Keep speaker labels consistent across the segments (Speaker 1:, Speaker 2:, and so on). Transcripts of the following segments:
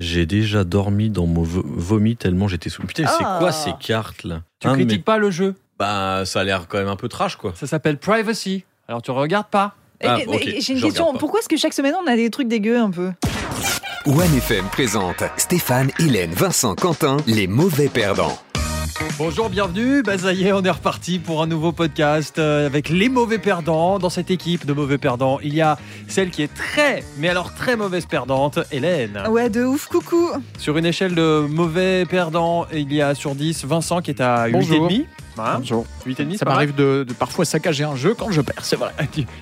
Speaker 1: J'ai déjà dormi dans mon vo- vomi tellement j'étais sous. Putain, c'est
Speaker 2: Ah.
Speaker 1: quoi ces cartes là
Speaker 3: Tu
Speaker 1: Hein, mais-
Speaker 3: critiques pas le jeu.
Speaker 1: Bah, ça a l'air quand même un peu trash quoi.
Speaker 3: Ça s'appelle Privacy. Alors tu regardes pas.
Speaker 1: Ah,
Speaker 2: Et-
Speaker 1: ok,
Speaker 2: et- et
Speaker 1: je
Speaker 2: J'ai une
Speaker 1: regarde
Speaker 2: question.
Speaker 1: pas.
Speaker 2: Pourquoi est-ce que chaque semaine on a des trucs dégueux un peu
Speaker 4: OneFM présente Stéphane, Hélène, Vincent, Quentin, les mauvais perdants.
Speaker 3: Bonjour, bienvenue. Bah ça y est, on est reparti pour un nouveau podcast euh, avec les mauvais perdants. Dans cette équipe de mauvais perdants, il y a celle qui est très, mais alors très mauvaise perdante, Hélène.
Speaker 2: Ouais, de ouf, coucou.
Speaker 3: Sur une échelle de mauvais perdants, il y a sur 10 Vincent qui est à
Speaker 5: Bonjour.
Speaker 3: 8,5. Hein
Speaker 5: Bonjour.
Speaker 3: 8,5,
Speaker 5: Ça m'arrive de, de parfois saccager un jeu quand je perds, c'est vrai.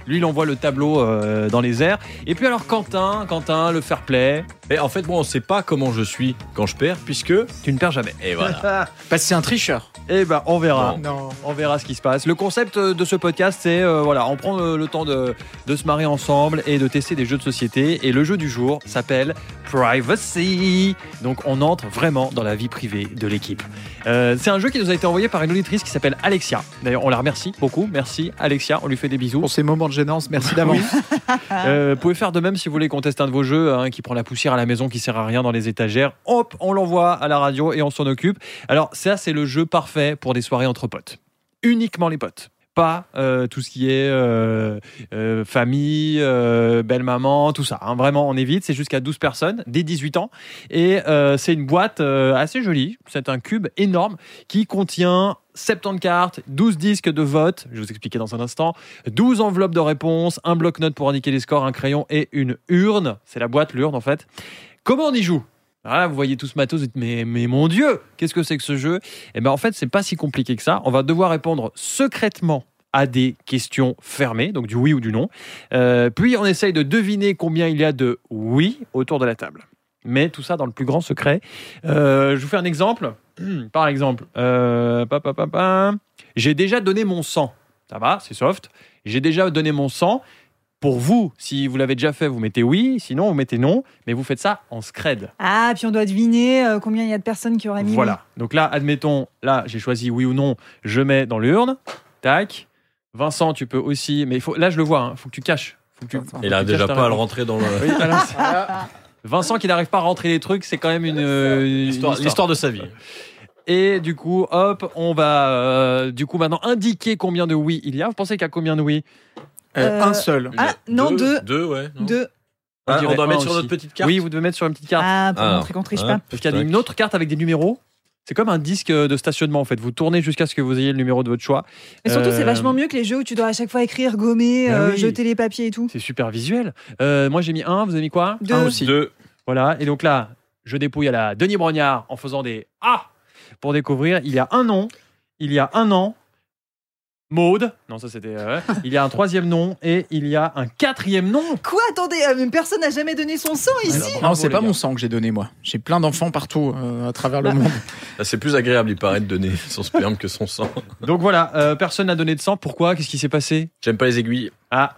Speaker 3: Lui, il envoie le tableau euh, dans les airs. Et puis alors Quentin, Quentin, le fair play,
Speaker 1: Mais Eh, en fait, moi, on sait pas comment je suis quand je perds, puisque.
Speaker 3: tu ne perds jamais.
Speaker 1: Et voilà.
Speaker 5: Parce que c'est un tricheur.
Speaker 3: Eh ben, on verra.
Speaker 1: Non.
Speaker 5: Non.
Speaker 3: On verra ce qui se passe. Le concept euh, de ce podcast, c'est euh, voilà, on prend euh, le temps de, de se marrer ensemble et de tester des jeux de société. Et le jeu du jour s'appelle Privacy. Donc on entre vraiment dans la vie privée de l'équipe. Euh, c'est un jeu qui nous a été envoyé par une auditrice qui s'appelle Alexia. D'ailleurs, on la remercie beaucoup. Merci Alexia, on lui fait des bisous.
Speaker 5: Pour ces moments de gênance, merci d'avance.
Speaker 3: Euh, vous pouvez faire de même si vous voulez qu'on teste un de vos jeux hein, qui prend la poussière à la maison, qui sert à rien dans les étagères. Hop, on l'envoie à la radio et on s'en occupe. Alors ça, c'est le jeu parfait pour des soirées entre potes. Uniquement les potes. Pas euh, tout ce qui est euh, euh, famille, euh, belle-maman, tout ça. hein. Vraiment, on évite. C'est jusqu'à 12 personnes, dès 18 ans. Et euh, c'est une boîte euh, assez jolie. C'est un cube énorme qui contient 70 cartes, 12 disques de vote. Je vais vous expliquer dans un instant. 12 enveloppes de réponses, un bloc-notes pour indiquer les scores, un crayon et une urne. C'est la boîte, l'urne en fait. Comment on y joue Alors là, vous voyez tout ce matos, vous dites mais, mais mon Dieu, qu'est-ce que c'est que ce jeu Eh bien en fait, c'est pas si compliqué que ça. On va devoir répondre secrètement à des questions fermées, donc du oui ou du non. Euh, puis on essaye de deviner combien il y a de oui autour de la table. Mais tout ça dans le plus grand secret. Euh, je vous fais un exemple. Par exemple, euh, pa, pa, pa, pa. j'ai déjà donné mon sang. Ça va, c'est soft. J'ai déjà donné mon sang. Pour vous, si vous l'avez déjà fait, vous mettez oui, sinon vous mettez non, mais vous faites ça en scred.
Speaker 2: Ah, puis on doit deviner euh, combien il y a de personnes qui auraient mis.
Speaker 3: Voilà. Donc là, admettons, là, j'ai choisi oui ou non, je mets dans l'urne. Tac. Vincent, tu peux aussi, mais il faut, là, je le vois, il faut que tu caches. Faut que tu-
Speaker 5: Attends.
Speaker 1: Et là,
Speaker 3: Ah, tu
Speaker 1: déjà
Speaker 3: caches ta
Speaker 1: pas à le
Speaker 3: réponse.
Speaker 1: rentrer dans le.
Speaker 3: Oui, alors, c'est- Vincent qui n'arrive pas à rentrer les trucs, c'est quand même une, euh, une
Speaker 1: L'histoire-
Speaker 3: histoire.
Speaker 1: L'histoire de sa vie.
Speaker 3: Et du coup, hop, on va euh, du coup maintenant indiquer combien de oui il y a. Vous pensez qu'il y a combien de oui
Speaker 5: Euh,
Speaker 2: Euh,
Speaker 5: un seul.
Speaker 2: Ah, non, deux.
Speaker 1: Deux, ouais. non
Speaker 2: Deux.
Speaker 1: Ah, on
Speaker 3: dirait
Speaker 1: doit
Speaker 3: un
Speaker 1: mettre sur
Speaker 3: aussi.
Speaker 1: notre petite carte. Hein
Speaker 3: Oui, vous devez mettre sur une petite carte.
Speaker 2: Ah, pour
Speaker 1: Alors,
Speaker 2: montrer qu'on triche
Speaker 1: Hop,
Speaker 2: pas.
Speaker 3: Parce qu'il y a
Speaker 1: tac.
Speaker 3: une autre carte avec des numéros. C'est comme un disque de stationnement en fait. Vous tournez jusqu'à ce que vous ayez le numéro de votre choix.
Speaker 2: Mais surtout, c'est
Speaker 3: Euh,
Speaker 2: vachement mieux que les jeux où tu dois à chaque fois écrire, gommer,
Speaker 3: Bah
Speaker 2: euh,
Speaker 3: oui.
Speaker 2: jeter les papiers et tout.
Speaker 3: C'est super visuel. Euh, moi j'ai mis un, vous avez mis quoi
Speaker 2: Deux.
Speaker 5: Un aussi.
Speaker 1: Deux.
Speaker 3: Voilà. Et donc là, je dépouille à la Denis Brognard en faisant des Ah pour découvrir. Il y a un nom, il y a un an, Maude. Non, ça c'était. euh, il y a un troisième nom et il y a un quatrième nom.
Speaker 2: Quoi Attendez, euh, une personne n'a jamais donné son sang ici
Speaker 3: Alors,
Speaker 5: Non,
Speaker 3: bravo,
Speaker 5: c'est
Speaker 3: les
Speaker 5: pas
Speaker 3: gars.
Speaker 5: mon sang que j'ai donné, moi. J'ai plein d'enfants partout euh, à travers le monde.
Speaker 1: Ah, C'est plus agréable, il paraît, de donner son sperme que son sang.
Speaker 3: Donc voilà, euh, personne n'a donné de sang. Pourquoi Qu'est-ce qui s'est passé
Speaker 1: J'aime pas les aiguilles.
Speaker 3: Ah.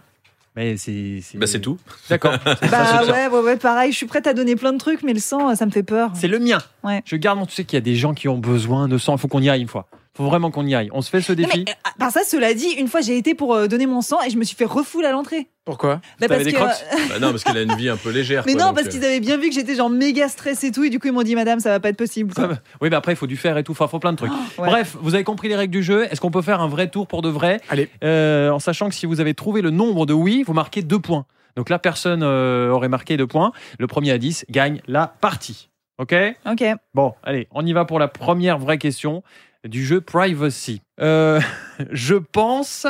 Speaker 3: Mais c'est.
Speaker 1: Bah, c'est tout.
Speaker 3: D'accord. C'est ça,
Speaker 2: Bah
Speaker 3: c'est ça.
Speaker 2: ouais, ouais, ouais, pareil, je suis prête à donner plein de trucs, mais le sang, euh, ça me fait peur.
Speaker 3: C'est le mien.
Speaker 2: Ouais.
Speaker 3: Je garde mon. Tu sais qu'il y a des gens qui ont besoin de sang. Il faut qu'on y aille une fois. faut vraiment qu'on y aille. On se fait ce
Speaker 2: Non,
Speaker 3: défi.
Speaker 2: mais, euh, par ça, cela dit, une fois j'ai été pour euh, donner mon sang et je me suis fait refouler à l'entrée.
Speaker 5: Pourquoi
Speaker 2: Bah,
Speaker 3: T'avais des crocs
Speaker 1: Bah, non, parce qu'elle a une vie un peu légère.
Speaker 2: Mais
Speaker 1: quoi,
Speaker 2: non,
Speaker 1: donc,
Speaker 2: parce
Speaker 1: euh,
Speaker 2: qu'ils avaient bien vu que j'étais genre méga stress et tout, et du coup ils m'ont dit Madame, ça va pas être possible. quoi.
Speaker 3: Oui, mais après, il faut du faire et tout. Enfin, faut plein de trucs.
Speaker 2: Ah, ouais.
Speaker 3: Bref, vous avez compris les règles du jeu. Est-ce qu'on peut faire un vrai tour pour de vrai
Speaker 5: Allez.
Speaker 3: Euh, en sachant que si vous avez trouvé le nombre de oui, vous marquez deux points. Donc là, personne euh, aurait marqué deux points. Le premier à 10 gagne la partie. OK
Speaker 2: Ok.
Speaker 3: Bon, allez, on y va pour la première vraie question du jeu Privacy. Euh, je pense.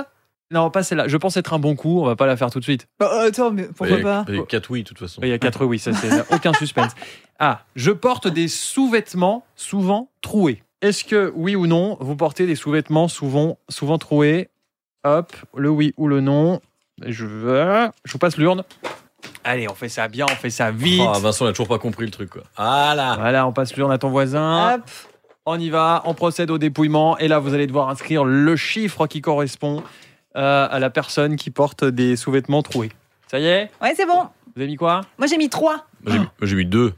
Speaker 3: Non, pas celle-là. Je pense être un bon coup. On va pas la faire tout de suite.
Speaker 2: Bah, euh, attends, mais
Speaker 1: bah,
Speaker 2: pourquoi
Speaker 1: il y a-
Speaker 2: pas
Speaker 1: bah, il y a Quatre oui, de toute façon.
Speaker 3: Il y a quatre oui, ça c'est aucun suspense. Ah, je porte des sous-vêtements souvent troués. Est-ce que oui ou non, vous portez des sous-vêtements souvent, souvent troués Hop, le oui ou le non. Je veux. Je vous passe l'urne. Allez, on fait ça bien, on fait ça vite.
Speaker 1: Ah, Vincent, il a toujours pas compris le truc, quoi. Ah là
Speaker 3: Voilà, on passe l'urne à ton voisin.
Speaker 2: Hop.
Speaker 3: On y va, on procède au dépouillement. Et là, vous allez devoir inscrire le chiffre qui correspond euh, à la personne qui porte des sous-vêtements troués. Ça y est
Speaker 2: Ouais, c'est bon.
Speaker 3: Vous avez mis quoi
Speaker 2: Moi j'ai mis 3.
Speaker 3: Ah.
Speaker 1: J'ai mis- J'ai mis deux.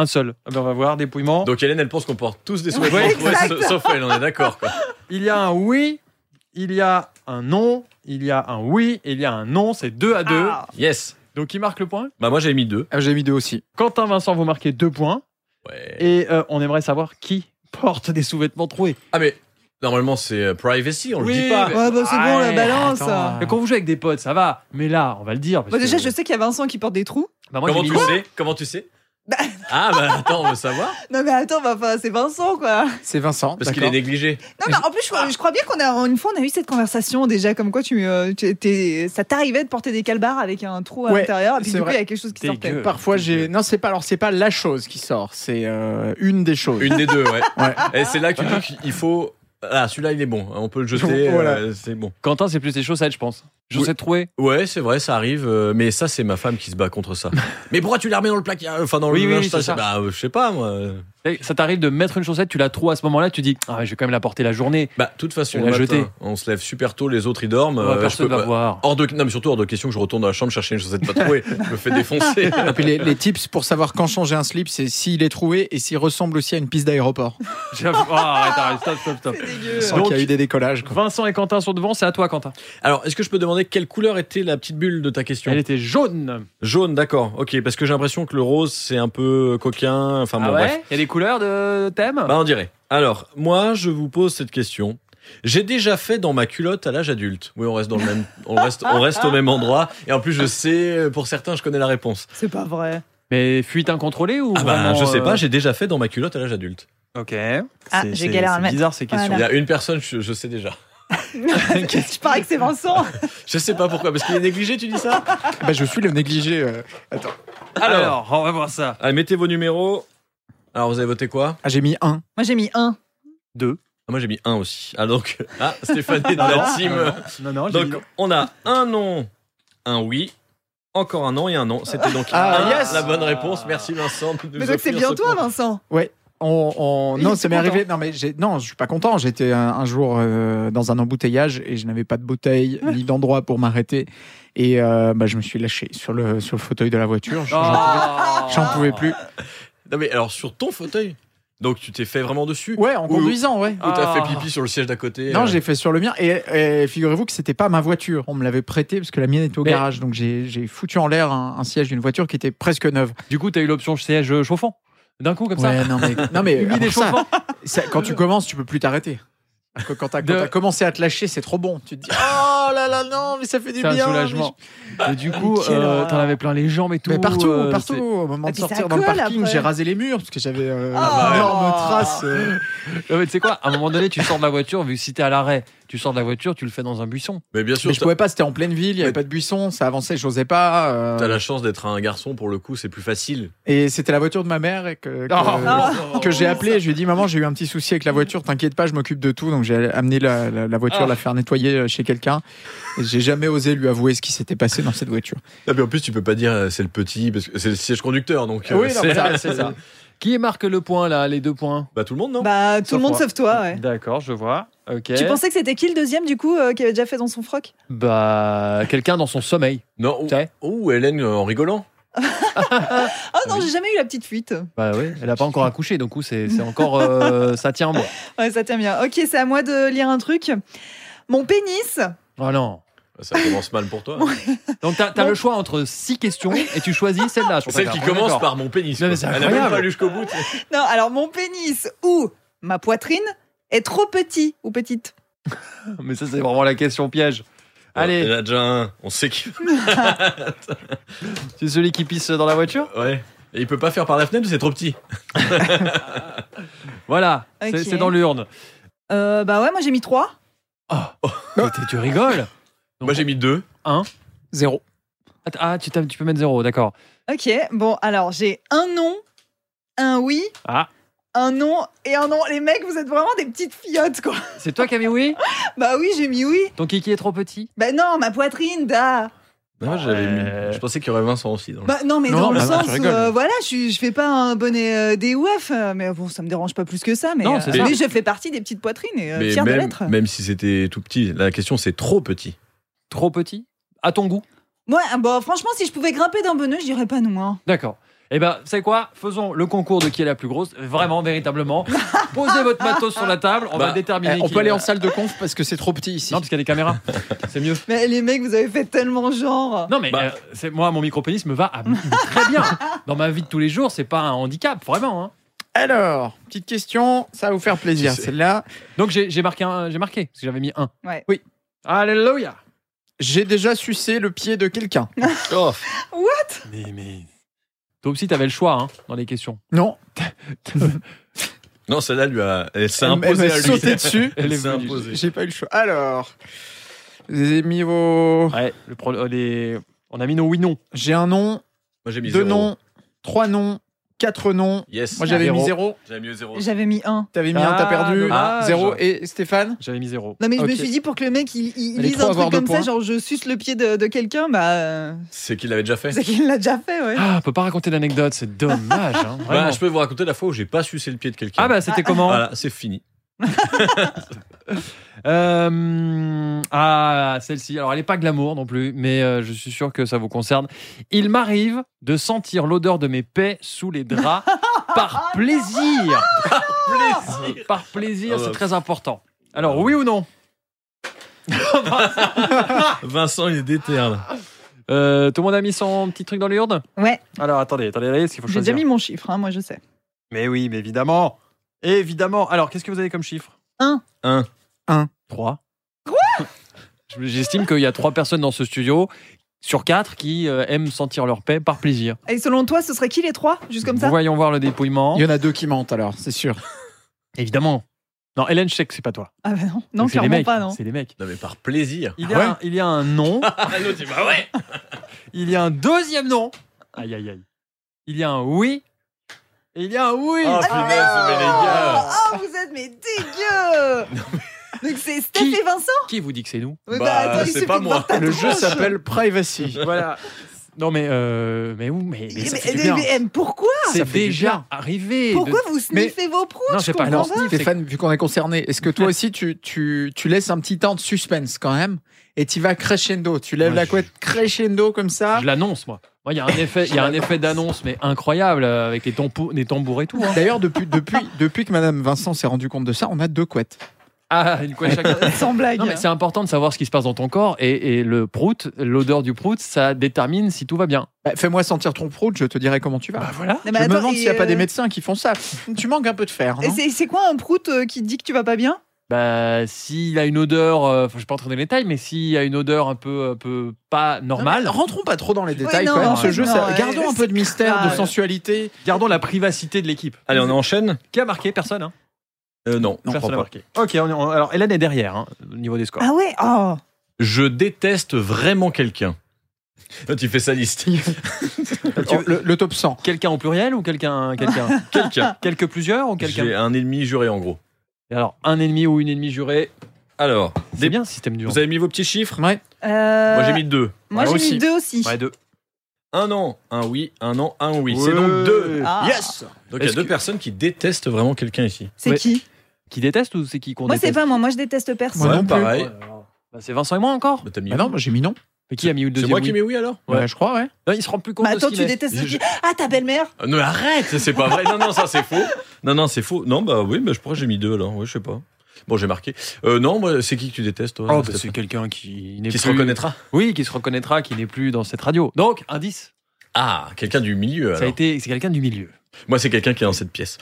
Speaker 3: Un seul. Ah ben, on va voir, dépouillement.
Speaker 1: Donc Hélène, elle pense qu'on porte tous des
Speaker 2: Ouais,
Speaker 1: sous-vêtements, ouais,
Speaker 2: exact.
Speaker 1: sa- sauf elle, on est d'accord. quoi.
Speaker 3: Il y a un oui, il y a un non, il y a un oui, et il y a un non, c'est deux à deux.
Speaker 2: Ah.
Speaker 1: Yes.
Speaker 3: Donc qui marque le point
Speaker 1: Bah, moi, j'ai mis deux.
Speaker 5: Ah, J'ai mis deux aussi.
Speaker 3: Quentin, Vincent, vous marquez deux points.
Speaker 1: Ouais.
Speaker 3: Et euh, on aimerait savoir qui porte des sous-vêtements troués.
Speaker 1: Ah, mais normalement, c'est euh, privacy, on
Speaker 3: Oui,
Speaker 1: le dit pas.
Speaker 3: mais-
Speaker 2: Ouais, bah, c'est bon, la
Speaker 3: Ouais,
Speaker 2: balance.
Speaker 5: attends.
Speaker 1: Ah.
Speaker 3: Mais Quand vous jouez avec des potes, ça va. Mais là, on va le dire. parce
Speaker 2: Bah,
Speaker 3: que-
Speaker 2: déjà, je sais qu'il y a Vincent qui porte des trous.
Speaker 3: Bah, moi,
Speaker 1: Comment
Speaker 3: j'ai
Speaker 1: tu
Speaker 3: mis-
Speaker 1: sais Comment tu sais
Speaker 2: Bah-
Speaker 1: Ah, bah attends, on veut savoir.
Speaker 2: Non, mais attends, bah, enfin, c'est Vincent, quoi.
Speaker 5: C'est Vincent.
Speaker 1: Parce qu'il est
Speaker 5: d'accord.
Speaker 1: négligé.
Speaker 2: Non, mais en plus, je, crois- je crois bien qu'on a une fois, on a eu cette conversation déjà, comme quoi tu, euh, tu étais- ça t'arrivait de porter des calbars avec un trou à
Speaker 5: Ouais,
Speaker 2: l'intérieur, et puis
Speaker 5: c'est
Speaker 2: du coup,
Speaker 5: vrai.
Speaker 2: il y a quelque chose qui
Speaker 3: Dégueu.
Speaker 2: sortait.
Speaker 5: Parfois, j'ai. Non, c'est pas. Alors, c'est pas la chose qui sort. C'est euh, une des choses.
Speaker 1: Une des deux, ouais.
Speaker 5: Ouais.
Speaker 1: Et c'est là que tu dis qu'il faut. Ah, celui-là, il est bon. On peut le jeter.
Speaker 5: Voilà.
Speaker 1: euh, c'est bon.
Speaker 3: Quentin, c'est plus des chaussettes, je pense.
Speaker 1: Oui.
Speaker 3: Chaussettes trouées.
Speaker 1: Ouais, c'est vrai, ça arrive. euh, mais ça, c'est ma femme qui se bat contre ça. mais pourquoi tu la remets dans le placard euh, Enfin, dans
Speaker 3: Oui,
Speaker 1: le
Speaker 3: oui,
Speaker 1: linge,
Speaker 3: oui,
Speaker 1: ça,
Speaker 3: c'est ça.
Speaker 1: Bah, euh, je sais pas, moi.
Speaker 3: Et Ça t'arrive de mettre une chaussette, tu la troues à ce moment-là, tu dis Ah, je vais quand même la porter la journée.
Speaker 1: Bah, de toute façon,
Speaker 3: On
Speaker 1: le
Speaker 3: l'a
Speaker 1: matin,
Speaker 3: jeté.
Speaker 1: on se lève super tôt, les autres, ils dorment.
Speaker 3: Ouais,
Speaker 1: euh,
Speaker 3: personne
Speaker 1: je peux
Speaker 3: va
Speaker 1: pas-
Speaker 3: voir.
Speaker 1: Hors de, non, mais surtout hors de question que je retourne dans la chambre chercher une chaussette pas trouée. je me fais défoncer.
Speaker 5: Et puis les, les tips pour savoir quand changer un slip, c'est s'il est troué et s'il ressemble aussi à une piste d'aéroport.
Speaker 3: J'avoue- Oh, arrête, arrête, stop, stop, stop.
Speaker 2: C'est dégueu.
Speaker 5: Sans qu'il y a eu des décollages. quoi.
Speaker 3: Vincent et Quentin sont devant, c'est à toi, Quentin.
Speaker 1: Alors, est-ce que je peux demander quelle couleur était la petite bulle de ta question
Speaker 3: Elle était jaune.
Speaker 1: Jaune, d'accord. Ok, parce que j'ai l'impression que le rose, c'est un peu coquin. Enfin, bon,
Speaker 3: ah
Speaker 1: bref.
Speaker 3: ouais Il y a des couleurs de thème
Speaker 1: Bah, on dirait. Alors, moi, je vous pose cette question. J'ai déjà fait dans ma culotte à l'âge adulte. Oui, on reste dans le même, on reste, on reste au même endroit. Et en plus, je sais, pour certains, je connais la réponse.
Speaker 2: C'est pas vrai.
Speaker 3: Mais fuite incontrôlée ou
Speaker 1: Ah bah,
Speaker 3: vraiment,
Speaker 1: je sais
Speaker 3: euh,
Speaker 1: pas. J'ai déjà fait dans ma culotte à l'âge adulte.
Speaker 3: Ok.
Speaker 2: Ah,
Speaker 3: C'est-
Speaker 2: j'ai
Speaker 3: c'est-
Speaker 2: galère à le
Speaker 3: C'est
Speaker 2: mettre.
Speaker 3: bizarre ces questions.
Speaker 1: Il y
Speaker 2: Voilà.
Speaker 1: a une personne, je, je sais déjà.
Speaker 2: je parie que c'est Vincent.
Speaker 1: Je sais pas pourquoi, parce qu'il est négligé, tu dis ça
Speaker 5: Bah, je suis le négligé. euh.
Speaker 3: Alors, on va voir ça.
Speaker 1: Allez, mettez vos numéros. Alors, vous avez voté quoi
Speaker 5: Ah, j'ai mis un.
Speaker 2: Moi, j'ai mis un.
Speaker 3: Deux.
Speaker 1: Ah, Moi, j'ai mis un aussi. Ah, donc, ah, Stéphane est dans la team.
Speaker 3: Ah Non, non, j'ai
Speaker 1: Donc,
Speaker 3: mis-
Speaker 1: on a un non, un oui, encore un non et un non. C'était donc
Speaker 5: Ah,
Speaker 1: un,
Speaker 5: yes
Speaker 1: la bonne réponse. Merci Vincent. de nous
Speaker 2: Mais donc, c'est
Speaker 1: offrir
Speaker 2: bien
Speaker 1: ce
Speaker 2: toi,
Speaker 1: point.
Speaker 2: Vincent.
Speaker 5: On, on-
Speaker 2: Il
Speaker 5: Non,
Speaker 2: était
Speaker 5: ça m'est
Speaker 2: content.
Speaker 5: arrivé. Non, mais j'ai- non, je suis pas content. J'étais un, un jour euh, dans un embouteillage et je n'avais pas de bouteille ni d'endroit pour m'arrêter. Et euh, bah, je me suis lâché sur le, sur le fauteuil de la voiture.
Speaker 2: Ah.
Speaker 5: J'en pouvais-
Speaker 3: Oh.
Speaker 5: J'en pouvais plus.
Speaker 1: Non, mais alors, sur ton fauteuil, donc tu t'es fait vraiment dessus
Speaker 5: Ouais, en
Speaker 1: Ou-
Speaker 5: conduisant, ouais.
Speaker 1: Ou t'as
Speaker 3: Ah.
Speaker 1: fait pipi sur le siège d'à côté
Speaker 5: Non,
Speaker 1: euh,
Speaker 5: j'ai fait sur le mien. Et, et figurez-vous que c'était pas ma voiture. On me l'avait prêtée parce que la mienne était au
Speaker 3: Mais-
Speaker 5: garage. Donc j'ai j'ai foutu en l'air un, un siège d'une voiture qui était presque neuve.
Speaker 3: Du coup, t'as eu l'option siège chauffant. D'un coup, comme ça.
Speaker 5: Ouais, non mais, non, mais
Speaker 3: Humide
Speaker 5: à part
Speaker 3: et
Speaker 5: ça,
Speaker 3: chauffant.
Speaker 5: ça, quand tu commences, tu peux plus t'arrêter. Parce que Quand t'as quand
Speaker 3: De-
Speaker 5: t'as commencé à te lâcher, c'est trop bon. Tu te dis oh là là non mais ça fait du
Speaker 3: C'est un
Speaker 5: bien.
Speaker 3: soulagement. Et du coup,
Speaker 5: Mais quelle
Speaker 3: euh,
Speaker 2: oh
Speaker 5: horreur.
Speaker 3: t'en avais plein les jambes et tout.
Speaker 5: Mais, partout,
Speaker 3: euh,
Speaker 5: partout.
Speaker 3: c'est-
Speaker 5: Au moment
Speaker 2: Et
Speaker 5: de
Speaker 2: puis ça
Speaker 5: sortir dans le
Speaker 2: colle
Speaker 5: parking,
Speaker 2: après.
Speaker 5: j'ai rasé les murs parce que j'avais euh,
Speaker 2: Ah
Speaker 5: une énorme
Speaker 2: bah.
Speaker 5: trace. euh.
Speaker 3: Non, mais tu sais quoi, à un moment donné, tu sors de la voiture, vu que si t'es à l'arrêt, tu sors de la voiture, tu le fais dans un buisson.
Speaker 1: Mais bien sûr,
Speaker 5: Mais je
Speaker 1: t'as-
Speaker 5: pouvais pas. C'était en pleine ville. Il y avait
Speaker 1: Mais-
Speaker 5: pas de buisson. Ça avançait. J'osais pas. euh,
Speaker 1: t'as la chance d'être un garçon, pour le coup, c'est plus facile.
Speaker 5: Et c'était la voiture de ma mère et que, que-
Speaker 3: Ah.
Speaker 5: que j'ai appelé. Je lui ai dit maman, j'ai eu un petit souci avec la voiture. T'inquiète pas, je m'occupe de tout. Donc j'ai amené la, la- la voiture,
Speaker 3: Ah.
Speaker 5: la faire nettoyer euh, chez quelqu'un. Et j'ai jamais osé lui avouer ce qui s'était passé dans cette voiture.
Speaker 1: Ah, mais en plus, tu peux pas dire euh, c'est le petit, parce que c'est le siège conducteur, donc euh,
Speaker 5: Oui, non,
Speaker 1: c'est-
Speaker 5: mais ça-
Speaker 3: C'est ça. Qui marque le point là, les deux points
Speaker 1: Bah, tout le monde, non
Speaker 2: Bah, tout
Speaker 5: Sauf
Speaker 2: le monde
Speaker 5: moi.
Speaker 2: sauf toi, ouais.
Speaker 3: D'accord, je vois. Ok.
Speaker 2: Tu pensais que c'était qui le deuxième, du coup, euh, qui avait déjà fait dans son froc
Speaker 3: Bah, quelqu'un dans son sommeil.
Speaker 1: Non, ou,
Speaker 3: Tu sais
Speaker 1: ou Hélène euh, en rigolant.
Speaker 2: Ah non,
Speaker 3: Oui.
Speaker 2: j'ai jamais eu la petite fuite.
Speaker 3: Bah oui, elle a pas encore accouché, donc coup, c'est c'est encore. euh, ça tient moi.
Speaker 2: Ouais, ça tient bien. Ok, c'est à moi de lire un truc. Mon pénis.
Speaker 3: Oh non.
Speaker 1: Ça commence mal pour toi. hein.
Speaker 3: Donc t'as t'as
Speaker 2: Bon.
Speaker 3: le choix entre six questions et tu choisis celle-là. je
Speaker 1: Celle
Speaker 3: préfère.
Speaker 1: qui
Speaker 3: On est
Speaker 1: commence
Speaker 3: d'accord.
Speaker 1: par mon pénis.
Speaker 3: Non,
Speaker 1: quoi.
Speaker 3: mais c'est
Speaker 1: Elle a même
Speaker 3: incroyable.
Speaker 1: pas lu jusqu'au bout. tu sais.
Speaker 2: Non, alors mon pénis ou ma poitrine est trop petit ou petite.
Speaker 3: Mais ça, c'est vraiment la question piège. Allez,
Speaker 1: Il y en a déjà un. On sait qu'il.
Speaker 3: c'est celui qui pisse dans la voiture
Speaker 1: Ouais. Et il peut pas faire par la fenêtre, c'est trop petit.
Speaker 3: Voilà,
Speaker 2: Ok.
Speaker 3: c'est- c'est dans l'urne.
Speaker 2: Euh, bah ouais, moi j'ai mis 3.
Speaker 3: Mais t'es- tu rigoles
Speaker 1: Moi j'ai mis deux.
Speaker 5: Zéro.
Speaker 3: Attends, Ah, tu, t'as- tu peux mettre zéro, d'accord.
Speaker 2: Ok, bon, alors j'ai un non, un oui,
Speaker 3: Ah.
Speaker 2: un non et un non. Les mecs, vous êtes vraiment des petites fiottes, quoi.
Speaker 3: C'est toi qui as mis oui
Speaker 2: Bah oui, j'ai mis oui.
Speaker 3: Ton kiki est trop petit
Speaker 2: Bah non, ma poitrine, da.
Speaker 1: Non, j'avais
Speaker 3: Ouais.
Speaker 1: mis. Je pensais qu'il y aurait Vincent aussi. Dans le-
Speaker 2: Bah non, mais
Speaker 5: Non,
Speaker 2: dans
Speaker 5: bah
Speaker 2: le
Speaker 5: non, tu
Speaker 2: sens où,
Speaker 5: rigoles.
Speaker 2: euh, voilà, je, suis- je fais pas un bonnet euh, des ouf, euh, mais bon, ça me dérange pas plus que ça. Mais,
Speaker 3: Non,
Speaker 2: euh,
Speaker 3: c'est
Speaker 1: ça.
Speaker 2: mais je fais partie des petites poitrines et euh,
Speaker 1: Bah, Mais
Speaker 2: fière de
Speaker 1: même,
Speaker 2: l'être.
Speaker 1: même si c'était tout petit, la question c'est trop petit.
Speaker 3: Trop petit À ton goût
Speaker 2: ah, Moi, bon, franchement, si je pouvais grimper d'un bonnet, je dirais pas non. hein.
Speaker 3: D'accord. Eh ben, vous savez quoi Faisons le concours de qui est la plus grosse, vraiment, véritablement. Posez votre matos sur la table, on va
Speaker 1: Bah,
Speaker 3: déterminer.
Speaker 5: Eh, on
Speaker 3: qui
Speaker 5: peut
Speaker 3: est
Speaker 5: aller
Speaker 3: la-
Speaker 5: en salle de conf parce que c'est trop petit ici.
Speaker 3: Non, parce qu'il y a des caméras. C'est mieux.
Speaker 2: Mais les mecs, vous avez fait tellement genre.
Speaker 3: Non mais
Speaker 1: Bah.
Speaker 3: euh, c'est moi mon micropénis me va à- me- très bien. Dans ma vie de tous les jours, c'est pas un handicap vraiment. hein.
Speaker 5: Alors, petite question, ça va vous faire plaisir.
Speaker 1: Tu sais.
Speaker 5: Celle-là,
Speaker 3: Donc j'ai j'ai marqué un- j'ai marqué parce que j'avais mis un.
Speaker 2: Ouais.
Speaker 5: Oui.
Speaker 3: Alléluia.
Speaker 5: j'ai déjà sucé le pied de quelqu'un.
Speaker 1: Oh,
Speaker 3: Mais mais toi aussi t'avais le choix hein, dans les questions.
Speaker 5: Non,
Speaker 1: non, celle-là lui a, elle s'est
Speaker 5: elle-
Speaker 1: imposée
Speaker 5: elle m'a
Speaker 1: à lui.
Speaker 5: sauté dessus.
Speaker 1: Elle
Speaker 3: Elle est
Speaker 1: s'est
Speaker 3: venue.
Speaker 1: imposée.
Speaker 5: J'ai pas eu le choix. Alors, j'ai mis vos.
Speaker 3: Ouais. Le pro- euh, les- on a mis nos oui non.
Speaker 5: J'ai un nom,
Speaker 1: Moi j'ai mis
Speaker 5: deux
Speaker 1: zéro.
Speaker 5: noms, trois noms, quatre noms.
Speaker 1: Yes.
Speaker 5: Moi j'avais
Speaker 3: Zéro.
Speaker 5: mis zéro.
Speaker 1: J'avais mis zéro.
Speaker 2: J'avais mis un.
Speaker 5: T'avais mis un, t'as
Speaker 3: Ah,
Speaker 5: perdu.
Speaker 3: dommage.
Speaker 5: Zéro. Et Stéphane
Speaker 3: J'avais mis zéro.
Speaker 2: Non mais je
Speaker 5: Ok.
Speaker 2: me suis dit pour que le mec il, il
Speaker 5: Les
Speaker 2: lise
Speaker 5: trois
Speaker 2: un
Speaker 5: avoir
Speaker 2: truc comme
Speaker 5: deux
Speaker 2: ça,
Speaker 5: points.
Speaker 2: genre je suce le pied de, de quelqu'un, bah euh,
Speaker 1: C'est qu'il l'avait déjà fait.
Speaker 2: c'est qu'il l'a déjà fait, ouais.
Speaker 3: Ah, on peut pas raconter d'anecdote, c'est dommage. hein,
Speaker 1: Bah,
Speaker 3: vraiment.
Speaker 1: je peux vous raconter la fois où j'ai pas sucé le pied de quelqu'un.
Speaker 3: Ah bah c'était comment
Speaker 1: Voilà, c'est fini.
Speaker 3: Euh, ah, celle-ci. Alors, elle n'est pas glamour non plus, mais euh, je suis sûr que ça vous concerne. Il m'arrive de sentir l'odeur de mes paix sous les draps par plaisir.
Speaker 2: Ah
Speaker 3: Par plaisir. Par plaisir,
Speaker 1: Ah bah.
Speaker 3: c'est très important. Alors, oui ou non
Speaker 1: Vincent, il est déterne.
Speaker 3: Euh, Tout le monde a mis son petit truc dans l'urne
Speaker 2: Ouais,
Speaker 3: Alors, attendez, attendez, attendez, parce qu'il faut
Speaker 2: j'ai
Speaker 3: choisir.
Speaker 2: déjà mis mon chiffre, hein, moi je sais.
Speaker 3: Mais oui, mais évidemment. Évidemment. Alors, qu'est-ce que vous avez comme chiffre
Speaker 2: Un.
Speaker 1: Un.
Speaker 5: Un.
Speaker 3: Trois. Quoi J'estime qu'il y a trois personnes dans ce studio sur quatre qui euh, aiment sentir leur paix par plaisir.
Speaker 2: Et selon toi, ce serait qui les trois Juste comme ça
Speaker 3: Voyons voir le dépouillement.
Speaker 5: Il y en a deux qui mentent alors, c'est sûr.
Speaker 3: Évidemment. Non, Hélène, je sais que c'est pas toi.
Speaker 2: Ah bah non, non
Speaker 3: Donc, c'est les
Speaker 2: clairement
Speaker 3: mecs.
Speaker 2: pas, non.
Speaker 3: C'est les mecs.
Speaker 1: Non mais par plaisir.
Speaker 3: Il y,
Speaker 5: Ah
Speaker 3: a
Speaker 5: ouais
Speaker 3: un, il y a un nom.
Speaker 1: Ah l'autre, il dit, bah ouais.
Speaker 3: il y a un deuxième nom. Aïe, aïe, aïe. Il y a un oui. Et il y a un oui.
Speaker 2: Ah
Speaker 1: Oh punaise, mais les gars.
Speaker 2: Oh, vous êtes mais dégueu Donc c'est Steph
Speaker 3: Qui
Speaker 2: et Vincent
Speaker 3: Qui vous dit que c'est nous
Speaker 2: Ouais,
Speaker 1: Bah,
Speaker 2: attends, il
Speaker 1: c'est
Speaker 2: suffit
Speaker 1: pas
Speaker 2: de
Speaker 1: moi.
Speaker 2: voir ta
Speaker 5: Le jeu
Speaker 2: tronche.
Speaker 5: s'appelle Privacy.
Speaker 3: Voilà. Non, mais, euh, mais où Mais, mais
Speaker 2: Mais,
Speaker 3: ça
Speaker 2: mais-
Speaker 3: fait du bien.
Speaker 2: mais- mais pourquoi
Speaker 5: ça
Speaker 3: C'est
Speaker 5: fait du
Speaker 3: déjà
Speaker 5: bien.
Speaker 3: arrivé. de-
Speaker 2: Pourquoi vous
Speaker 5: mais-
Speaker 2: sniffez vos proutes
Speaker 3: Non,
Speaker 2: je
Speaker 3: c'est pas-
Speaker 2: comprends
Speaker 5: Alors,
Speaker 3: grave,
Speaker 5: Steve,
Speaker 3: c'est-
Speaker 5: Stéphane, vu qu'on est concerné, est-ce que toi aussi tu, tu, tu laisses un petit temps de suspense quand même et tu vas crescendo Tu lèves
Speaker 3: Moi,
Speaker 5: la
Speaker 3: je-
Speaker 5: couette crescendo comme ça
Speaker 3: Je l'annonce, moi. Moi, il y a un effet, il y a un effet d'annonce, mais incroyable, euh, avec les, tampons- les tambours et tout. hein.
Speaker 5: D'ailleurs, depuis, depuis, depuis que Madame Vincent s'est rendue compte de ça, on a deux couettes.
Speaker 3: Ah, une couette chacun.
Speaker 2: pas. Euh, Sans blague.
Speaker 3: Non, mais c'est important de savoir ce qui se passe dans ton corps et, et le prout, l'odeur du prout, ça détermine si tout va bien.
Speaker 5: Bah, Fais-moi sentir ton prout, je te dirai comment tu vas.
Speaker 3: Bah, voilà.
Speaker 2: Non, mais
Speaker 5: je
Speaker 2: Bah, attends,
Speaker 5: me demande
Speaker 2: et,
Speaker 5: s'il n'y a pas des
Speaker 2: euh,
Speaker 5: médecins qui font ça. tu manques un peu de fer.
Speaker 2: Et
Speaker 5: non
Speaker 2: c'est- c'est quoi un prout euh, qui te dit que tu vas pas bien
Speaker 3: Bah, s'il a une odeur, euh, enfin, je ne vais pas entrer dans les détails, mais s'il a une odeur un peu, un peu pas
Speaker 5: Non,
Speaker 3: normale,
Speaker 5: mais Rentrons pas trop dans les détails
Speaker 2: non,
Speaker 5: quand même.
Speaker 2: en
Speaker 5: Ce
Speaker 2: fait,
Speaker 5: jeu,
Speaker 2: non,
Speaker 5: ça-
Speaker 2: ouais.
Speaker 5: gardons un peu de mystère, de
Speaker 2: Ouais.
Speaker 5: sensualité.
Speaker 3: gardons la privacité de l'équipe.
Speaker 1: Allez, on enchaîne
Speaker 3: Qui a marqué Personne. Hein
Speaker 1: euh, Non, je
Speaker 3: Personne
Speaker 1: crois
Speaker 3: a
Speaker 1: pas.
Speaker 3: marqué. Ok, on est- on- alors Hélène est derrière hein, au niveau des scores.
Speaker 2: Ah ouais Oh
Speaker 1: Je déteste vraiment quelqu'un. Là, tu fais sa liste.
Speaker 5: Oh, le, le top 100.
Speaker 3: Quelqu'un au pluriel ou quelqu'un quelqu'un
Speaker 1: Quelqu'un.
Speaker 3: Quelques plusieurs ou
Speaker 1: J'ai
Speaker 3: quelqu'un
Speaker 1: un ennemi juré en gros.
Speaker 3: Alors, un ennemi ou une ennemie jurée.
Speaker 1: Alors,
Speaker 3: C'est
Speaker 1: des-
Speaker 3: bien, système dur.
Speaker 1: vous avez mis vos petits chiffres
Speaker 5: Ouais.
Speaker 2: Euh,
Speaker 1: Moi j'ai mis deux. Ah,
Speaker 2: moi,
Speaker 3: Ouais,
Speaker 2: j'ai
Speaker 3: aussi.
Speaker 2: mis deux aussi.
Speaker 3: Ouais, deux.
Speaker 1: Un an, un oui, un non, un oui.
Speaker 3: Ouais.
Speaker 1: C'est donc deux.
Speaker 2: Ah.
Speaker 5: Yes
Speaker 1: Donc il y a
Speaker 3: Est-ce
Speaker 1: deux
Speaker 3: que-
Speaker 1: personnes qui détestent vraiment quelqu'un ici.
Speaker 2: C'est
Speaker 3: Ouais.
Speaker 2: qui
Speaker 3: Qui déteste ou c'est qui qu'on
Speaker 2: Moi, c'est
Speaker 3: déteste
Speaker 2: pas moi. Moi, je déteste personne.
Speaker 5: Moi
Speaker 1: Ouais,
Speaker 5: non plus.
Speaker 1: pareil.
Speaker 3: Bah, c'est Vincent et moi encore.
Speaker 1: Bah, t'as mis
Speaker 5: Bah non, moi j'ai mis non.
Speaker 3: Mais qui a mis le
Speaker 1: C'est
Speaker 3: deuxième
Speaker 1: moi
Speaker 3: oui
Speaker 1: qui mets oui alors
Speaker 3: Ouais.
Speaker 5: Bah, je crois, ouais.
Speaker 3: Non, il se rend plus compte
Speaker 2: Mais
Speaker 3: de ce
Speaker 2: attends, Bah,
Speaker 3: qu'il
Speaker 2: tu
Speaker 3: est.
Speaker 2: détestes
Speaker 1: Je-
Speaker 2: qui Ah, ta belle-mère
Speaker 1: Euh, Non, arrête, c'est pas vrai. Non, non, ça c'est faux. Non, non, c'est faux. Non, bah oui, mais je pourrais j'ai mis deux alors. Oui, je sais pas. Bon, j'ai marqué. Euh, non, moi, c'est qui que tu détestes toi
Speaker 3: Oh, bah,
Speaker 1: Stéphane
Speaker 3: c'est quelqu'un qui n'est
Speaker 1: Qui se
Speaker 3: plus-
Speaker 1: reconnaîtra
Speaker 3: Oui, qui se reconnaîtra, qui n'est plus dans cette radio. Donc, indice.
Speaker 1: Ah, quelqu'un du milieu
Speaker 3: Ça a
Speaker 1: alors.
Speaker 3: été, c'est quelqu'un du milieu.
Speaker 1: Moi, c'est quelqu'un qui est dans cette pièce.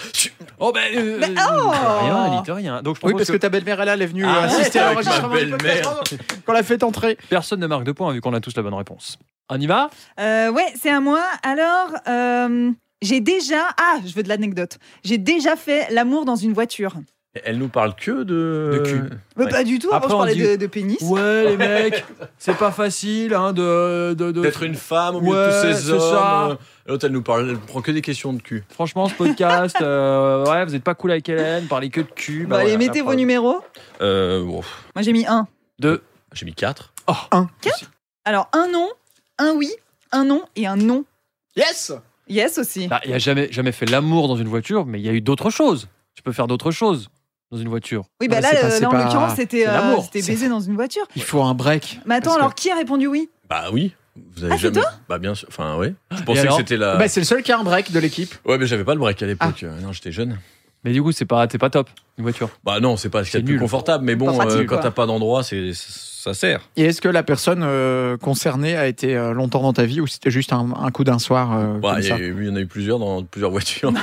Speaker 3: Oh
Speaker 1: bah,
Speaker 3: ben, euh,
Speaker 2: Mais-
Speaker 3: euh,
Speaker 2: oh
Speaker 3: rien, elle dit rien. Donc je
Speaker 5: Oui,
Speaker 3: propose
Speaker 5: parce que,
Speaker 3: que,
Speaker 5: ta belle-mère, elle, elle est venue euh,
Speaker 1: Ah,
Speaker 5: assister à
Speaker 1: avec
Speaker 5: l'enregistrement
Speaker 1: ma
Speaker 5: du podcast.
Speaker 1: belle-mère.
Speaker 5: Qu'on l'a fait entrer.
Speaker 3: personne ne marque de points vu qu'on a tous la bonne réponse. On y va
Speaker 2: Euh, ouais, c'est à moi. Alors, euh, j'ai déjà. Ah, je veux de l'anecdote. J'ai déjà fait l'amour dans une voiture.
Speaker 1: Elle nous parle que de.
Speaker 3: De cul.
Speaker 2: Mais
Speaker 1: Ouais.
Speaker 2: Pas du tout. Avant,
Speaker 3: Après,
Speaker 2: je
Speaker 3: on
Speaker 2: parlais
Speaker 3: dit-
Speaker 2: de, de pénis.
Speaker 3: Ouais, les mecs, c'est pas facile hein, de, de, de-
Speaker 1: D'être une femme au milieu de
Speaker 3: Ouais,
Speaker 1: tous ces
Speaker 3: c'est
Speaker 1: hommes.
Speaker 3: ça.
Speaker 1: euh, L'autre, elle nous parle, elle prend que des questions de cul.
Speaker 3: Franchement, ce podcast, euh, ouais, vous êtes pas cool avec Hélène, parlez que de cul.
Speaker 2: Bah, allez,
Speaker 3: voilà,
Speaker 2: mettez
Speaker 3: la
Speaker 2: vos
Speaker 3: preuve.
Speaker 2: numéros.
Speaker 1: Euh, bon, pff,
Speaker 2: Moi, j'ai mis un.
Speaker 3: Deux.
Speaker 1: j'ai mis 4.
Speaker 2: Alors, un non, un oui, un non et un non.
Speaker 5: Yes
Speaker 2: Yes aussi.
Speaker 3: Bah, Il a jamais, jamais fait l'amour dans une voiture, mais il y a eu d'autres choses. Tu peux faire d'autres choses dans une voiture.
Speaker 2: Oui, bah
Speaker 5: Ouais,
Speaker 2: là,
Speaker 5: c'est pas-
Speaker 2: euh,
Speaker 5: c'est
Speaker 2: là, en
Speaker 5: pas-
Speaker 2: l'occurrence, c'était
Speaker 3: c'est
Speaker 2: euh,
Speaker 3: l'amour.
Speaker 2: c'était
Speaker 5: C'est-
Speaker 2: baiser dans une voiture.
Speaker 5: Il faut un break.
Speaker 2: Mais attends,
Speaker 5: Parce que-
Speaker 2: alors qui a répondu oui
Speaker 1: Bah oui. Vous avez
Speaker 2: Ah, c'est
Speaker 1: jamais... Bah bien sûr. Enfin oui. Je pensais que
Speaker 3: Ah, alors
Speaker 1: c'était la.
Speaker 5: Bah, c'est le seul qui a un break de l'équipe.
Speaker 1: Ouais, mais j'avais pas le break à l'époque.
Speaker 2: Ah.
Speaker 1: Euh, Non, j'étais jeune.
Speaker 3: Mais du coup, c'est pas, c'est pas top, une voiture.
Speaker 1: Bah non, c'est pas ce qu'il y a
Speaker 3: C'est
Speaker 1: de plus
Speaker 3: nul.
Speaker 1: confortable. Mais bon,
Speaker 2: Pas pratique,
Speaker 1: euh, quand
Speaker 2: quoi.
Speaker 1: t'as pas d'endroit, c'est ça sert.
Speaker 5: Et est-ce que la personne euh, concernée a été euh, longtemps dans ta vie ou c'était juste un, un coup d'un soir euh,
Speaker 1: Bah,
Speaker 5: comme
Speaker 1: il y,
Speaker 5: ça
Speaker 1: a eu- il y en a eu plusieurs dans plusieurs voitures.
Speaker 2: Non,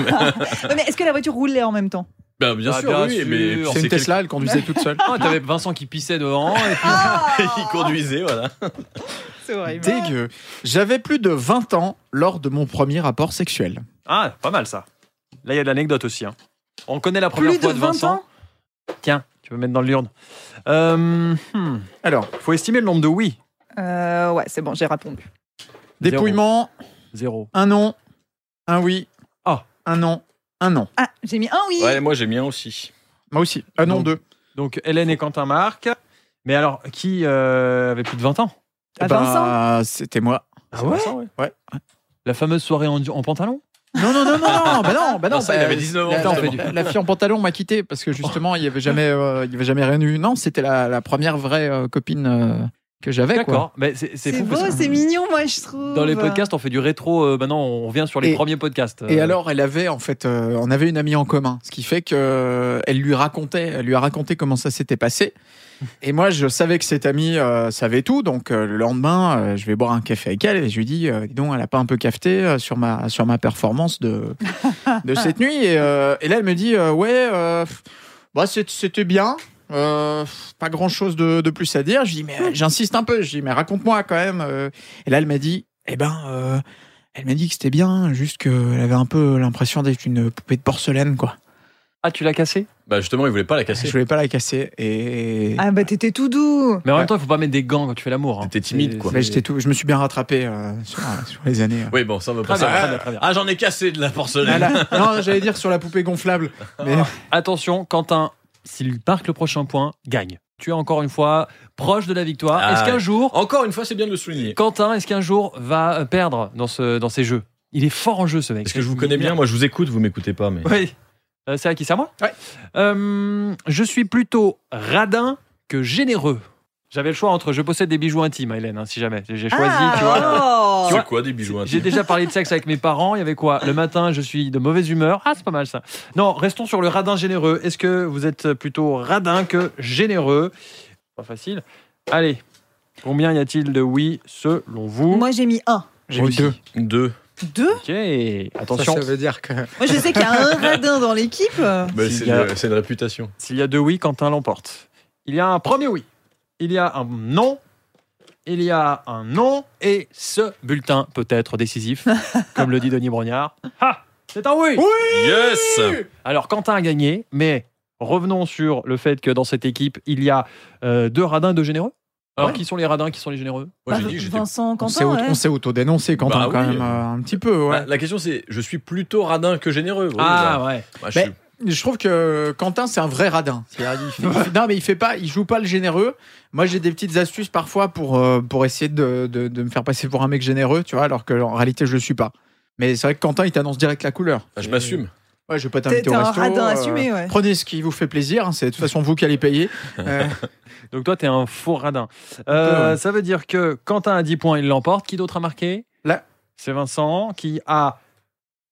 Speaker 2: mais est-ce que la voiture roulait en même temps
Speaker 1: Bah, bien
Speaker 3: Ah,
Speaker 1: sûr,
Speaker 3: bien
Speaker 1: oui.
Speaker 3: sûr.
Speaker 1: Mais
Speaker 3: C'est
Speaker 5: C'est une
Speaker 1: quelqu'un
Speaker 5: Tesla, elle conduisait toute seule.
Speaker 3: Ah, t'avais Vincent qui pissait devant. et puis-
Speaker 2: Ah
Speaker 1: qui conduisait, voilà.
Speaker 2: C'est horrible.
Speaker 5: Dégueu. J'avais plus de 20 ans lors de mon premier rapport sexuel.
Speaker 3: Ah, pas mal ça. Là, il y a de l'anecdote aussi. hein. On connaît la première
Speaker 2: Plus de
Speaker 3: fois
Speaker 2: 20
Speaker 3: Vincent.
Speaker 2: ans
Speaker 3: Tiens, tu peux mettre dans l'urne. Euh, hmm,
Speaker 5: Alors,
Speaker 3: faut estimer le nombre de oui.
Speaker 2: Euh, Ouais, c'est bon, j'ai répondu.
Speaker 5: dépouillement,
Speaker 3: Zéro.
Speaker 5: un non, un oui,
Speaker 3: Ah.
Speaker 5: un non, un non.
Speaker 2: Ah, j'ai mis un oui.
Speaker 1: Ouais, moi j'ai mis un aussi.
Speaker 5: Moi aussi, un non,
Speaker 3: Non.
Speaker 5: deux.
Speaker 3: Donc Hélène et Quentin marquent. Mais alors, qui euh, avait plus de 20 ans
Speaker 2: À
Speaker 5: Eh ben, c'était moi.
Speaker 3: Ah ouais La fameuse soirée en, en pantalon
Speaker 5: Non, non, non, non, non, bah non, bah non.
Speaker 1: Non, ça, il
Speaker 5: bah,
Speaker 1: avait 19 ans,
Speaker 5: la-
Speaker 1: justement.
Speaker 5: La, la fille en pantalon m'a quitté parce que justement, il n'y avait, jamais, euh, il y avait jamais rien eu. Non, c'était la, la première vraie euh, copine euh, que j'avais. quoi.
Speaker 3: D'accord. Mais c'est c'est
Speaker 2: C'est
Speaker 3: fou parce
Speaker 2: beau,
Speaker 3: que
Speaker 2: c'est mignon, moi, je trouve.
Speaker 3: Dans les podcasts, on fait du rétro. euh, maintenant, on revient sur les
Speaker 5: Et-
Speaker 3: premiers podcasts.
Speaker 5: Et
Speaker 3: Euh,
Speaker 5: alors, elle avait en fait, euh, on avait une amie en commun, ce qui fait que euh, elle lui racontait, elle lui a raconté comment ça s'était passé. Et moi, je savais que cette amie euh, savait tout, donc euh, le lendemain, euh, je vais boire un café avec elle et je lui dis, euh, dis donc, elle a pas un peu cafeté euh, sur ma sur ma performance de de cette nuit. Et, euh, et là, elle me dit, euh, ouais, euh, bah c'est- c'était bien. euh, pas grand chose de, de plus à dire. Je dis, mais euh, j'insiste un peu. Je dis, mais raconte-moi quand même. euh. Et là, elle m'a dit, eh ben, euh, elle m'a dit que c'était bien, juste qu'elle avait un peu l'impression d'être une poupée de porcelaine, quoi.
Speaker 3: Ah, tu l'as cassé
Speaker 1: Bah justement, il voulait pas la
Speaker 5: Je
Speaker 1: casser.
Speaker 5: voulais pas la casser et.
Speaker 2: Ah, bah, t'étais tout doux.
Speaker 3: Mais en même
Speaker 5: Ouais.
Speaker 3: temps, il faut pas mettre des gants quand tu fais l'amour. hein.
Speaker 1: T'étais timide,
Speaker 3: C'est-
Speaker 1: quoi.
Speaker 5: Mais j'étais tout, je me suis bien rattrapé euh, sur, euh, sur les années. euh.
Speaker 1: Oui, bon, ça va pas.
Speaker 3: Très bien,
Speaker 1: ça.
Speaker 3: très bien, très bien.
Speaker 1: Ah, j'en ai cassé de la
Speaker 5: Ah,
Speaker 1: porcelaine.
Speaker 5: là- non, j'allais dire sur la poupée gonflable. Mais
Speaker 3: Attention, Quentin, s'il marque le prochain point, gagne. Tu es encore une fois proche de la victoire. est-ce
Speaker 1: Ah
Speaker 3: qu'un
Speaker 1: ouais.
Speaker 3: jour,
Speaker 1: Encore une fois, c'est bien de le souligner.
Speaker 3: Quentin, est-ce qu'un jour va euh, perdre dans, ce, dans ces jeux Il est fort en jeu, ce mec.
Speaker 1: Parce que je vous connais bien, moi je vous écoute, vous m'écoutez pas, mais.
Speaker 3: Oui. Euh, c'est à qui C'est à moi
Speaker 5: Ouais.
Speaker 3: Euh, je suis plutôt radin que généreux. J'avais le choix entre je possède des bijoux intimes, Hélène, hein, si jamais. J'ai j'ai choisi,
Speaker 2: Ah,
Speaker 3: tu vois.
Speaker 2: oh.
Speaker 3: Tu vois,
Speaker 1: C'est quoi des bijoux
Speaker 3: J'ai
Speaker 1: intimes
Speaker 3: déjà parlé de sexe avec mes parents. Il y avait quoi Le matin, je suis de mauvaise humeur. Ah, c'est pas mal ça. Non, restons sur le radin généreux. Est-ce que vous êtes plutôt radin que généreux Pas facile. Allez, combien y a-t-il de oui selon vous
Speaker 2: Moi, j'ai mis un.
Speaker 5: j'ai
Speaker 3: Moi
Speaker 5: eu
Speaker 3: aussi.
Speaker 5: deux.
Speaker 1: Deux.
Speaker 2: Deux
Speaker 3: Ok, attention.
Speaker 5: Ça, ça veut dire que.
Speaker 2: Moi, je sais qu'il y a un radin dans l'équipe.
Speaker 1: Bah,
Speaker 3: S'il
Speaker 1: c'est
Speaker 3: y a-
Speaker 1: une- c'est une réputation.
Speaker 3: S'il y a deux oui, Quentin l'emporte. Il y a un premier oui. Il y a un non. Il y a un non. Et ce bulletin peut être décisif, comme le dit Denis Brognard. Ah, c'est un oui
Speaker 1: Yes
Speaker 3: Alors Quentin a gagné, mais revenons sur le fait que dans cette équipe, il y a euh, deux radins et deux généreux. Alors
Speaker 1: Ouais.
Speaker 3: qui sont les radins, qui sont les généreux
Speaker 1: Moi j'ai
Speaker 2: Bah,
Speaker 1: dit que j'étais.
Speaker 2: Vincent,
Speaker 5: On s'est
Speaker 2: Quentin,
Speaker 5: auto-
Speaker 2: ouais.
Speaker 5: on s'est auto-dénoncé, Quentin,
Speaker 1: Bah
Speaker 5: quand
Speaker 1: oui.
Speaker 5: même, euh, un petit peu, ouais.
Speaker 1: Bah, la question c'est, je suis plutôt radin que généreux. Oui, bah,
Speaker 3: Ah, ouais.
Speaker 1: bah, je suis-
Speaker 5: Je trouve que Quentin, c'est un vrai radin. C'est-à-dire, il fait- il fait- non, mais il fait pas, il joue pas le généreux. Moi, j'ai des petites astuces parfois pour, euh, pour essayer de, de- de me faire passer pour un mec généreux, tu vois, alors que en réalité, je le suis pas. Mais c'est vrai que Quentin, il t'annonce direct la couleur.
Speaker 1: bah, je m'assume.
Speaker 5: Ouais, je vais pas
Speaker 2: T'es
Speaker 5: t'inviter
Speaker 2: t'es
Speaker 5: au
Speaker 2: un
Speaker 5: resto.
Speaker 2: radin
Speaker 5: euh,
Speaker 2: assumé, ouais.
Speaker 5: Prenez ce qui vous fait plaisir, hein, c'est de toute façon vous qui allez payer. Euh,
Speaker 3: Donc toi, t'es un faux radin. Euh,
Speaker 5: peu, ouais.
Speaker 3: Ça veut dire que Quentin a 10 points, il l'emporte. Qui d'autre a marqué
Speaker 5: Là.
Speaker 3: C'est Vincent qui a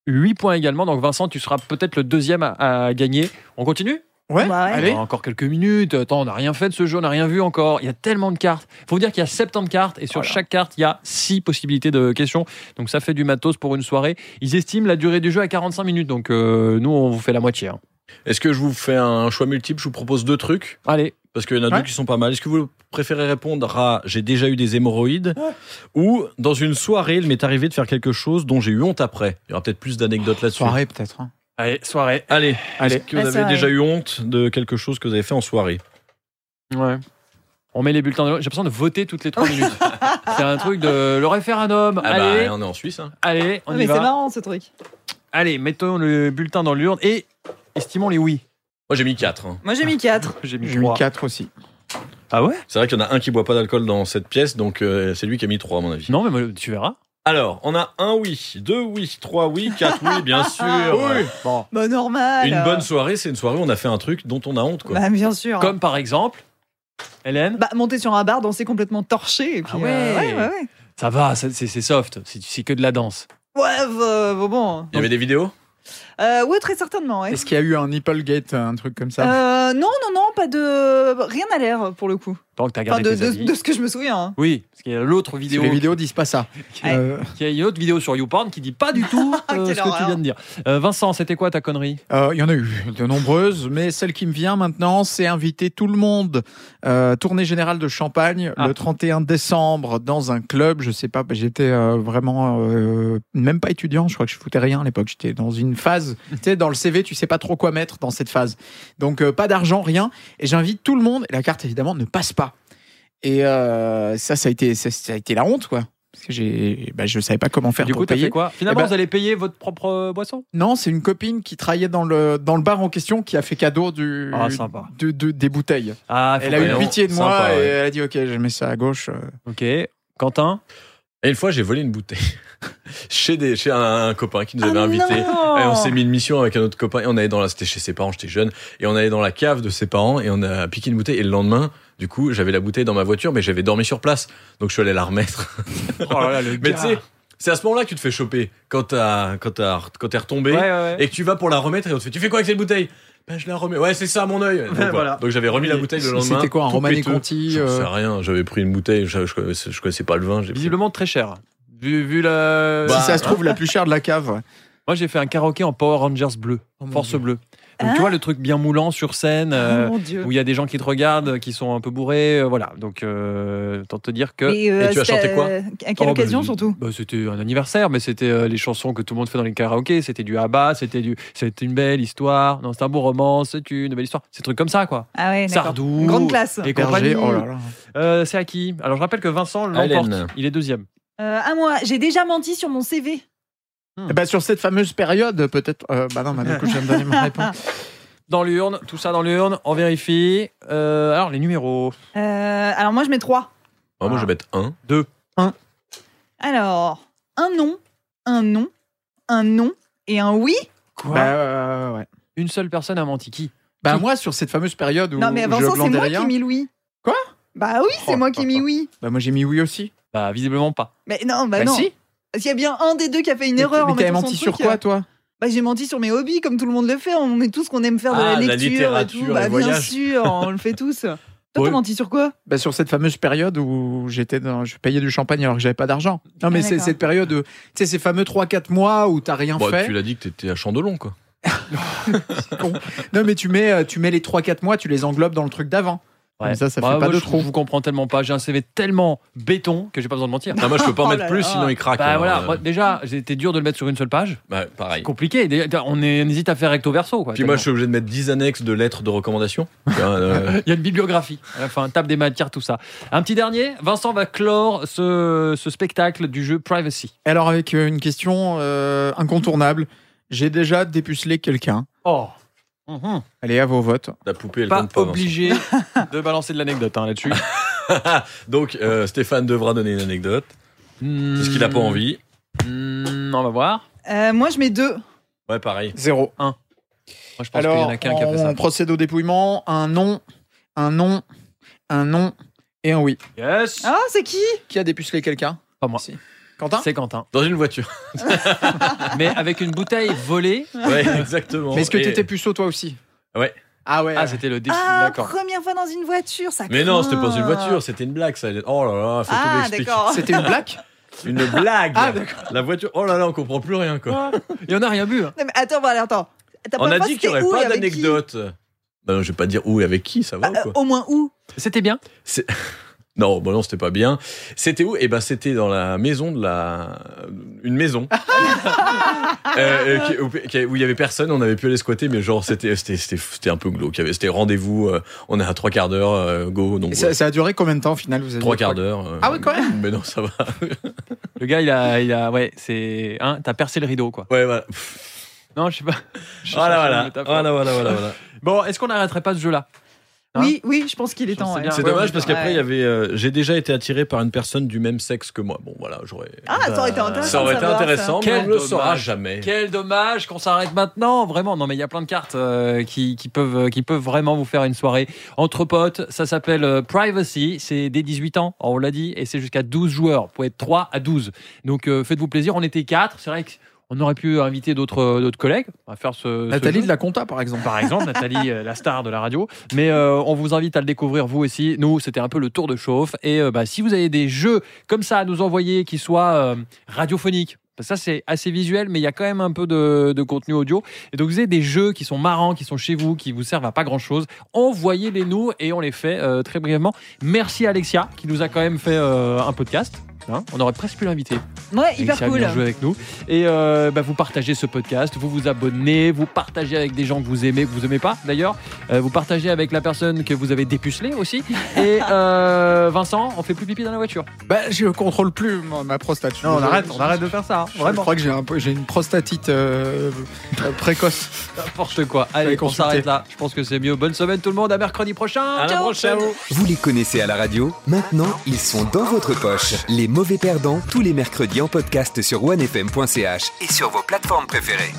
Speaker 3: 8 points également. Donc Vincent, tu seras peut-être le deuxième à, à gagner. On continue
Speaker 5: ouais,
Speaker 2: Bah ouais.
Speaker 5: allez.
Speaker 3: On a Encore quelques minutes. Attends, on n'a rien fait de ce jeu, on n'a rien vu encore. Il y a tellement de cartes. Il faut vous dire qu'il y a 70 cartes et sur
Speaker 5: Voilà.
Speaker 3: chaque carte, il y a 6 possibilités de questions. Donc ça fait du matos pour une soirée. Ils estiment la durée du jeu à 45 minutes. Donc euh, nous, on vous fait la moitié. hein.
Speaker 1: Est-ce que je vous fais un choix multiple Je vous propose deux trucs
Speaker 3: Allez,
Speaker 1: parce qu'il y en a deux
Speaker 5: Ouais.
Speaker 1: qui sont pas mal. Est-ce que vous préférez répondre à j'ai déjà eu des hémorroïdes ou dans une soirée il m'est arrivé de faire quelque chose dont j'ai eu honte après Il y aura peut-être plus d'anecdotes là-dessus.
Speaker 5: Soirée peut-être. hein.
Speaker 3: allez, soirée.
Speaker 1: Allez,
Speaker 5: Allez.
Speaker 1: est-ce que vous
Speaker 2: La
Speaker 1: avez
Speaker 2: soirée.
Speaker 1: déjà eu honte de quelque chose que vous avez fait en soirée
Speaker 3: Ouais. On met les bulletins de J'ai l'impression de voter toutes les 3 minutes. C'est un truc de le référendum.
Speaker 1: Ah
Speaker 3: allez,
Speaker 1: bah on est en Suisse. hein.
Speaker 3: allez, on
Speaker 2: Non,
Speaker 3: y
Speaker 2: Ah, mais c'est
Speaker 3: va.
Speaker 2: marrant ce truc.
Speaker 3: Allez, mettons le bulletin dans l'urne et estimons les oui.
Speaker 1: Moi j'ai mis quatre. hein.
Speaker 2: Moi j'ai mis 4.
Speaker 3: J'ai mis
Speaker 5: J'ai mis
Speaker 3: trois.
Speaker 5: 4 aussi.
Speaker 3: Ah ouais
Speaker 1: C'est vrai qu'il y en a un qui boit pas d'alcool dans cette pièce, donc euh, c'est lui qui a mis trois à mon avis.
Speaker 3: Non, mais moi, tu verras.
Speaker 1: Alors, on a un oui, deux oui, trois oui, quatre oui, bien sûr.
Speaker 5: Oui.
Speaker 3: Bon.
Speaker 2: Bah normal.
Speaker 1: Une
Speaker 2: euh.
Speaker 1: bonne soirée, c'est une soirée où on a fait un truc dont on a honte, quoi.
Speaker 2: Bah bien sûr.
Speaker 3: Comme par exemple, Hélène.
Speaker 2: Bah monter sur un bar, danser complètement torché et puis.
Speaker 3: Ah ouais.
Speaker 2: euh, ouais, ouais, ouais.
Speaker 3: Ça va, c'est c'est- c'est soft, c'est c'est que de la danse.
Speaker 2: Ouais, bah, bah, bon.
Speaker 1: Il y avait des vidéos
Speaker 2: Euh, ouais, très certainement. Ouais.
Speaker 5: Est-ce qu'il y a eu un Nipplegate, un truc comme ça
Speaker 2: Euh, non, non, non, pas de. Rien à l'air pour le coup.
Speaker 3: Pendant que t'as
Speaker 2: Enfin, de,
Speaker 3: regardé tes
Speaker 2: de-
Speaker 3: amis.
Speaker 2: de ce que je me souviens. hein.
Speaker 3: Oui, parce qu'il y a l'autre
Speaker 5: Parce que
Speaker 3: vidéo.
Speaker 5: Les vidéos disent pas ça.
Speaker 2: Ouais.
Speaker 5: Euh,
Speaker 3: Il y a une autre vidéo sur YouPorn qui dit pas du tout euh,
Speaker 2: Quelle
Speaker 3: ce que tu
Speaker 2: horreur.
Speaker 3: viens de dire. Euh, Vincent, c'était quoi ta connerie
Speaker 5: Euh, Il y en a eu de nombreuses, mais celle qui me vient maintenant, c'est inviter tout le monde. Euh, tournée générale de Champagne
Speaker 3: Ah.
Speaker 5: le 31 décembre dans un club. Je sais pas, j'étais euh, vraiment euh, même pas étudiant. Je crois que je foutais rien à l'époque. J'étais dans une phase. tu sais, dans le CV, tu sais pas trop quoi mettre dans cette phase. Donc euh, pas d'argent, rien. Et j'invite tout le monde. Et la carte évidemment ne passe pas. Et euh, ça, ça a été, ça, ça a été la honte, quoi. Parce que j'ai, bah, je savais pas comment faire
Speaker 3: Du
Speaker 5: pour
Speaker 3: coup, t'as
Speaker 5: payer.
Speaker 3: fait quoi Finalement,
Speaker 5: Eh ben-
Speaker 3: vous allez payer votre propre euh, boisson
Speaker 5: Non, c'est une copine qui travaillait dans le, dans le bar en question qui a fait cadeau du,
Speaker 3: Ah, sympa.
Speaker 5: de- de- des bouteilles.
Speaker 3: Ah, faut
Speaker 5: Elle a
Speaker 3: pas-
Speaker 5: eu
Speaker 1: vraiment-
Speaker 5: pitié de moi
Speaker 1: sympa,
Speaker 5: et
Speaker 1: ouais.
Speaker 5: elle a dit Ok, je mets ça à gauche. euh.
Speaker 3: Ok. Quentin
Speaker 1: Et une fois, j'ai volé une bouteille chez, des, chez un, un copain qui nous avait
Speaker 2: Ah
Speaker 1: invités.
Speaker 2: non
Speaker 1: Et Eh, on s'est mis une mission avec un autre copain et on allait dans la, c'était chez ses parents, j'étais jeune, et on allait dans la cave de ses parents et on a piqué une bouteille et le lendemain, du coup, j'avais la bouteille dans ma voiture, mais j'avais dormi sur place, donc je suis allé la remettre.
Speaker 3: Oh là là, le
Speaker 1: Mais
Speaker 3: gars.
Speaker 1: tu sais, c'est à ce moment-là que tu te fais choper quand t'as, quand t'as, quand t'es retombé
Speaker 3: Ouais, ouais, ouais.
Speaker 1: et que tu vas pour la remettre et on te fait, tu fais quoi avec cette bouteille? Ben, je la remets. Ouais, c'est ça, à mon œil. Donc, voilà.
Speaker 3: voilà.
Speaker 1: Donc, j'avais remis la bouteille le lendemain.
Speaker 5: C'était quoi, un
Speaker 1: tout
Speaker 5: Romanée
Speaker 1: péteux.
Speaker 5: Conti
Speaker 1: J'en
Speaker 5: euh,
Speaker 1: sais rien, j'avais pris une bouteille, je, je, connaissais, je connaissais pas le vin. j'ai pris-
Speaker 3: Visiblement très cher. Vu, vu la.
Speaker 5: Si ça se trouve, la plus chère de la cave.
Speaker 3: Moi, j'ai fait un karaoké en Power Rangers bleu,
Speaker 5: Oh mon
Speaker 3: force
Speaker 5: Dieu.
Speaker 3: bleue. Donc, tu vois le truc bien moulant sur scène, euh,
Speaker 2: Oh Ah. mon dieu.
Speaker 3: où il y a des gens qui te regardent, euh, qui sont un peu bourrés, euh, voilà. Donc, euh, tant te dire que.
Speaker 2: Mais, euh,
Speaker 1: Et tu as
Speaker 2: c'était,
Speaker 1: chanté quoi
Speaker 2: euh, À quelle
Speaker 3: Oh,
Speaker 2: occasion
Speaker 3: bah,
Speaker 2: surtout
Speaker 3: bah, C'était un anniversaire, mais c'était euh, les chansons que tout le monde fait dans les karaokés. C'était du Abba, c'était du, c'était une belle histoire. Non, c'est un beau roman, c'est une belle histoire. Ces trucs comme ça, quoi.
Speaker 2: Ah ouais, d'accord.
Speaker 3: Sardou.
Speaker 2: Grande classe.
Speaker 3: Et compagnie.
Speaker 5: Berger, oh là là.
Speaker 3: Euh, c'est à qui Alors, je rappelle que Vincent l'emporte.
Speaker 1: Allen.
Speaker 3: Il est deuxième.
Speaker 2: Euh, à moi, j'ai déjà menti sur mon CV.
Speaker 5: Eh ben, sur cette fameuse période, peut-être. euh, bah non, bah, du coup, je vais me donner ma réponse.
Speaker 3: Dans l'urne, tout ça dans l'urne. On vérifie. Euh, alors, les numéros.
Speaker 2: Euh, alors moi, je mets trois.
Speaker 1: Ah, moi, je vais mettre un.
Speaker 2: Alors, un non, un non, un non et un oui.
Speaker 3: Quoi
Speaker 5: Bah, euh, ouais.
Speaker 3: Une seule personne a menti. Qui
Speaker 5: Bah, moi, sur cette fameuse période où
Speaker 2: non, mais
Speaker 5: je
Speaker 2: Vincent, c'est
Speaker 5: glandais
Speaker 2: moi qui
Speaker 5: rien,
Speaker 2: ai mis le oui.
Speaker 5: Quoi
Speaker 2: Bah oui, c'est
Speaker 5: Oh,
Speaker 2: moi qui ai mis
Speaker 5: oh,
Speaker 2: oui.
Speaker 5: bah, moi, j'ai mis oui aussi.
Speaker 3: Bah, visiblement pas.
Speaker 2: Mais non, bah, non.
Speaker 5: si.
Speaker 2: S'il y a bien un des deux qui a fait une
Speaker 5: Mais
Speaker 2: erreur en
Speaker 5: mais t'avais
Speaker 2: mettant son
Speaker 5: menti sur
Speaker 2: truc, euh,
Speaker 5: quoi, toi
Speaker 2: Bah, j'ai menti sur mes hobbies, comme tout le monde le fait. On met tout ce qu'on aime faire de
Speaker 1: Ah, la
Speaker 2: la lecture et
Speaker 1: littérature,
Speaker 2: tout.
Speaker 1: les
Speaker 2: Bah, bien
Speaker 1: voyages.
Speaker 2: sûr, on le fait tous. Toi, t'as
Speaker 3: Ouais.
Speaker 2: menti sur quoi
Speaker 5: Bah, sur cette fameuse période où j'étais dans, je payais du champagne alors que j'avais pas d'argent. Non, mais
Speaker 2: Ah,
Speaker 5: c'est
Speaker 2: d'accord.
Speaker 5: cette période, euh, tu sais, ces fameux 3-4 mois où t'as rien
Speaker 1: Bon,
Speaker 5: fait.
Speaker 1: tu l'as dit que t'étais à Chandelon, quoi.
Speaker 5: Non, mais tu mets, euh, tu mets les 3-4 mois, tu les englobes dans le truc d'avant. Comme ça, ça fait pas
Speaker 3: Bah, moi,
Speaker 5: de
Speaker 3: je,
Speaker 5: trou.
Speaker 3: Je vous comprends tellement pas. J'ai un CV tellement béton que j'ai pas besoin de mentir.
Speaker 1: Non, moi, je peux pas en
Speaker 2: Oh
Speaker 1: mettre
Speaker 2: là
Speaker 1: plus,
Speaker 2: là.
Speaker 1: sinon il craque.
Speaker 3: Bah
Speaker 1: alors,
Speaker 3: voilà,
Speaker 1: euh,
Speaker 3: moi, déjà, j'étais dur de le mettre sur une seule page.
Speaker 1: bah, pareil.
Speaker 3: Compliqué. Déjà, On, est- on hésite à faire recto verso. Quoi,
Speaker 1: Puis moi, je
Speaker 3: tellement.
Speaker 1: suis obligé de mettre 10 annexes de lettres de recommandation. Tu vois, euh,
Speaker 3: Il y a une bibliographie, à la fin, table des matières, tout ça. Un petit dernier, Vincent va clore ce, ce spectacle du jeu Privacy.
Speaker 5: Alors, avec euh, une question euh, incontournable, j'ai déjà dépucelé quelqu'un.
Speaker 3: Oh
Speaker 5: Allez, à vos votes.
Speaker 1: la poupée, elle
Speaker 3: Pas
Speaker 1: compte pas. hein. Vincent.
Speaker 3: obligé de balancer de l'anecdote hein, là-dessus.
Speaker 1: Donc, euh, Stéphane devra donner une anecdote. C'est ce qu'il a pas envie.
Speaker 3: Hmm, on va voir.
Speaker 2: Euh, Moi, je mets deux.
Speaker 1: Ouais, pareil.
Speaker 5: Zéro.
Speaker 3: Moi, je pense qu'il y en
Speaker 5: Alors,
Speaker 3: a qu'un qui a fait ça.
Speaker 5: on procède au dépouillement. Un non, un non, un non et un oui.
Speaker 3: Yes
Speaker 2: Ah, c'est qui
Speaker 5: Qui a dépucelé quelqu'un
Speaker 3: Pas moi.
Speaker 5: Si. Quentin
Speaker 3: C'est Quentin.
Speaker 1: Dans une voiture.
Speaker 3: Mais avec une bouteille volée.
Speaker 1: Ouais, exactement.
Speaker 5: Mais est-ce que
Speaker 1: Et-
Speaker 5: t'étais puceau toi aussi
Speaker 1: Ouais.
Speaker 5: Ah ouais.
Speaker 3: Ah, c'était le défi,
Speaker 2: Ah,
Speaker 3: d'accord.
Speaker 2: première fois dans une voiture, ça
Speaker 1: Mais non,
Speaker 2: craint.
Speaker 1: c'était pas une voiture, c'était une blague, ça. Oh là là, faut tout
Speaker 2: Ah,
Speaker 1: m'expliquer.
Speaker 2: d'accord.
Speaker 5: c'était une blague
Speaker 1: Une blague.
Speaker 5: Ah, d'accord.
Speaker 1: La voiture. Oh là là, on comprend plus rien, quoi.
Speaker 3: Il y en a rien bu. hein.
Speaker 2: Non, mais attends, bon, allez, attends. Ta
Speaker 1: On
Speaker 2: première
Speaker 1: a
Speaker 2: fois,
Speaker 1: dit qu'il n'y
Speaker 2: c'était
Speaker 1: aurait
Speaker 2: où et
Speaker 1: pas
Speaker 2: avec qui
Speaker 1: d'anecdote. Bah non, je vais pas dire où et avec qui, ça va, ou
Speaker 2: Bah, euh,
Speaker 1: quoi.
Speaker 2: au moins où
Speaker 3: C'était bien.
Speaker 1: Non, bon non, c'était pas bien. C'était où Eh ben, c'était dans la maison de la, une maison Euh, euh, qui- où, qui- où il y avait personne. On avait pu aller squatter, mais genre c'était c'était c'était c'était un peu glauque. Il y avait- C'était rendez-vous. euh, on est à trois quarts d'heure. euh, go donc
Speaker 5: Et ça,
Speaker 1: ouais,
Speaker 5: ça a duré combien de temps au final vous avez
Speaker 1: trois
Speaker 5: dit
Speaker 1: quarts d'heure. euh,
Speaker 5: Ah oui, quand même.
Speaker 1: Mais non, ça va.
Speaker 3: Le gars, il a. Il a ouais, c'est. Hein, T'as percé le rideau, quoi.
Speaker 1: Ouais, voilà.
Speaker 3: Non, je sais pas. Je cherche
Speaker 1: Voilà,
Speaker 3: une
Speaker 1: voilà,
Speaker 3: métaphore.
Speaker 1: voilà, voilà, voilà, voilà.
Speaker 3: Bon, est-ce qu'on n'arrêterait pas ce jeu-là Hein
Speaker 2: oui, oui, je pense qu'il est
Speaker 3: Je sais
Speaker 2: temps. ouais.
Speaker 3: bien.
Speaker 1: C'est
Speaker 3: Ouais,
Speaker 1: dommage
Speaker 3: ouais,
Speaker 1: parce
Speaker 2: ouais.
Speaker 1: qu'après, il y avait. euh, J'ai déjà été attiré par une personne du même sexe que moi. Bon, voilà, j'aurais. euh,
Speaker 2: Ah, ça aurait été
Speaker 3: Bah,
Speaker 2: intéressant.
Speaker 1: Ça aurait
Speaker 2: de
Speaker 1: été
Speaker 2: savoir, ça.
Speaker 1: intéressant, mais
Speaker 3: Quel
Speaker 1: on ne le
Speaker 3: dommage.
Speaker 1: saura jamais.
Speaker 3: Quel dommage qu'on s'arrête maintenant, vraiment. Non, mais il y a plein de cartes euh, qui, qui peuvent, qui peuvent vraiment vous faire une soirée entre potes. Ça s'appelle euh, Privacy, c'est dès 18 ans, on l'a dit, et c'est jusqu'à 12 joueurs. Vous pouvez être 3 à 12. Donc euh, faites-vous plaisir, on était 4, c'est vrai qu'on aurait pu inviter d'autres euh, d'autres collègues à faire ce. ce
Speaker 5: Nathalie
Speaker 3: jeu.
Speaker 5: de la compta, par exemple.
Speaker 3: par exemple, Nathalie, euh, la star de la radio. Mais euh, on vous invite à le découvrir vous aussi. Nous, c'était un peu le tour de chauffe. Et euh, bah, si vous avez des jeux comme ça à nous envoyer qui soient euh, radiophoniques, parce que ça c'est assez visuel, mais il y a quand même un peu de, de contenu audio. Et donc vous avez des jeux qui sont marrants, qui sont chez vous, qui vous servent à pas grand chose. Envoyez-les nous et on les fait euh, très brièvement. Merci Alexia qui nous a quand même fait euh, un podcast. Hein on aurait presque pu l'inviter.
Speaker 2: Ouais, hyper
Speaker 3: Alexia a
Speaker 2: cool.
Speaker 3: bien joué avec nous. Et euh, bah, vous partagez ce podcast, vous vous abonnez, vous partagez avec des gens que vous aimez, que vous aimez pas d'ailleurs. Euh, vous partagez avec la personne que vous avez dépucelée aussi. Et euh, Vincent, on fait plus pipi dans la voiture.
Speaker 5: Bah, je contrôle plus moi, ma prostate. Je suis désolé.
Speaker 3: de faire ça. hein,
Speaker 5: Je crois que j'ai un peu- j'ai une prostatite euh, euh, précoce.
Speaker 3: N'importe quoi. Allez, on
Speaker 5: consulter.
Speaker 3: s'arrête là. Je pense que c'est mieux. Bonne semaine tout le monde. À mercredi prochain.
Speaker 1: À la prochaine.
Speaker 4: Vous les connaissez à la radio Maintenant, ils sont dans votre poche. Les mauvais perdants, tous les mercredis en podcast sur onefm.ch et sur vos plateformes préférées.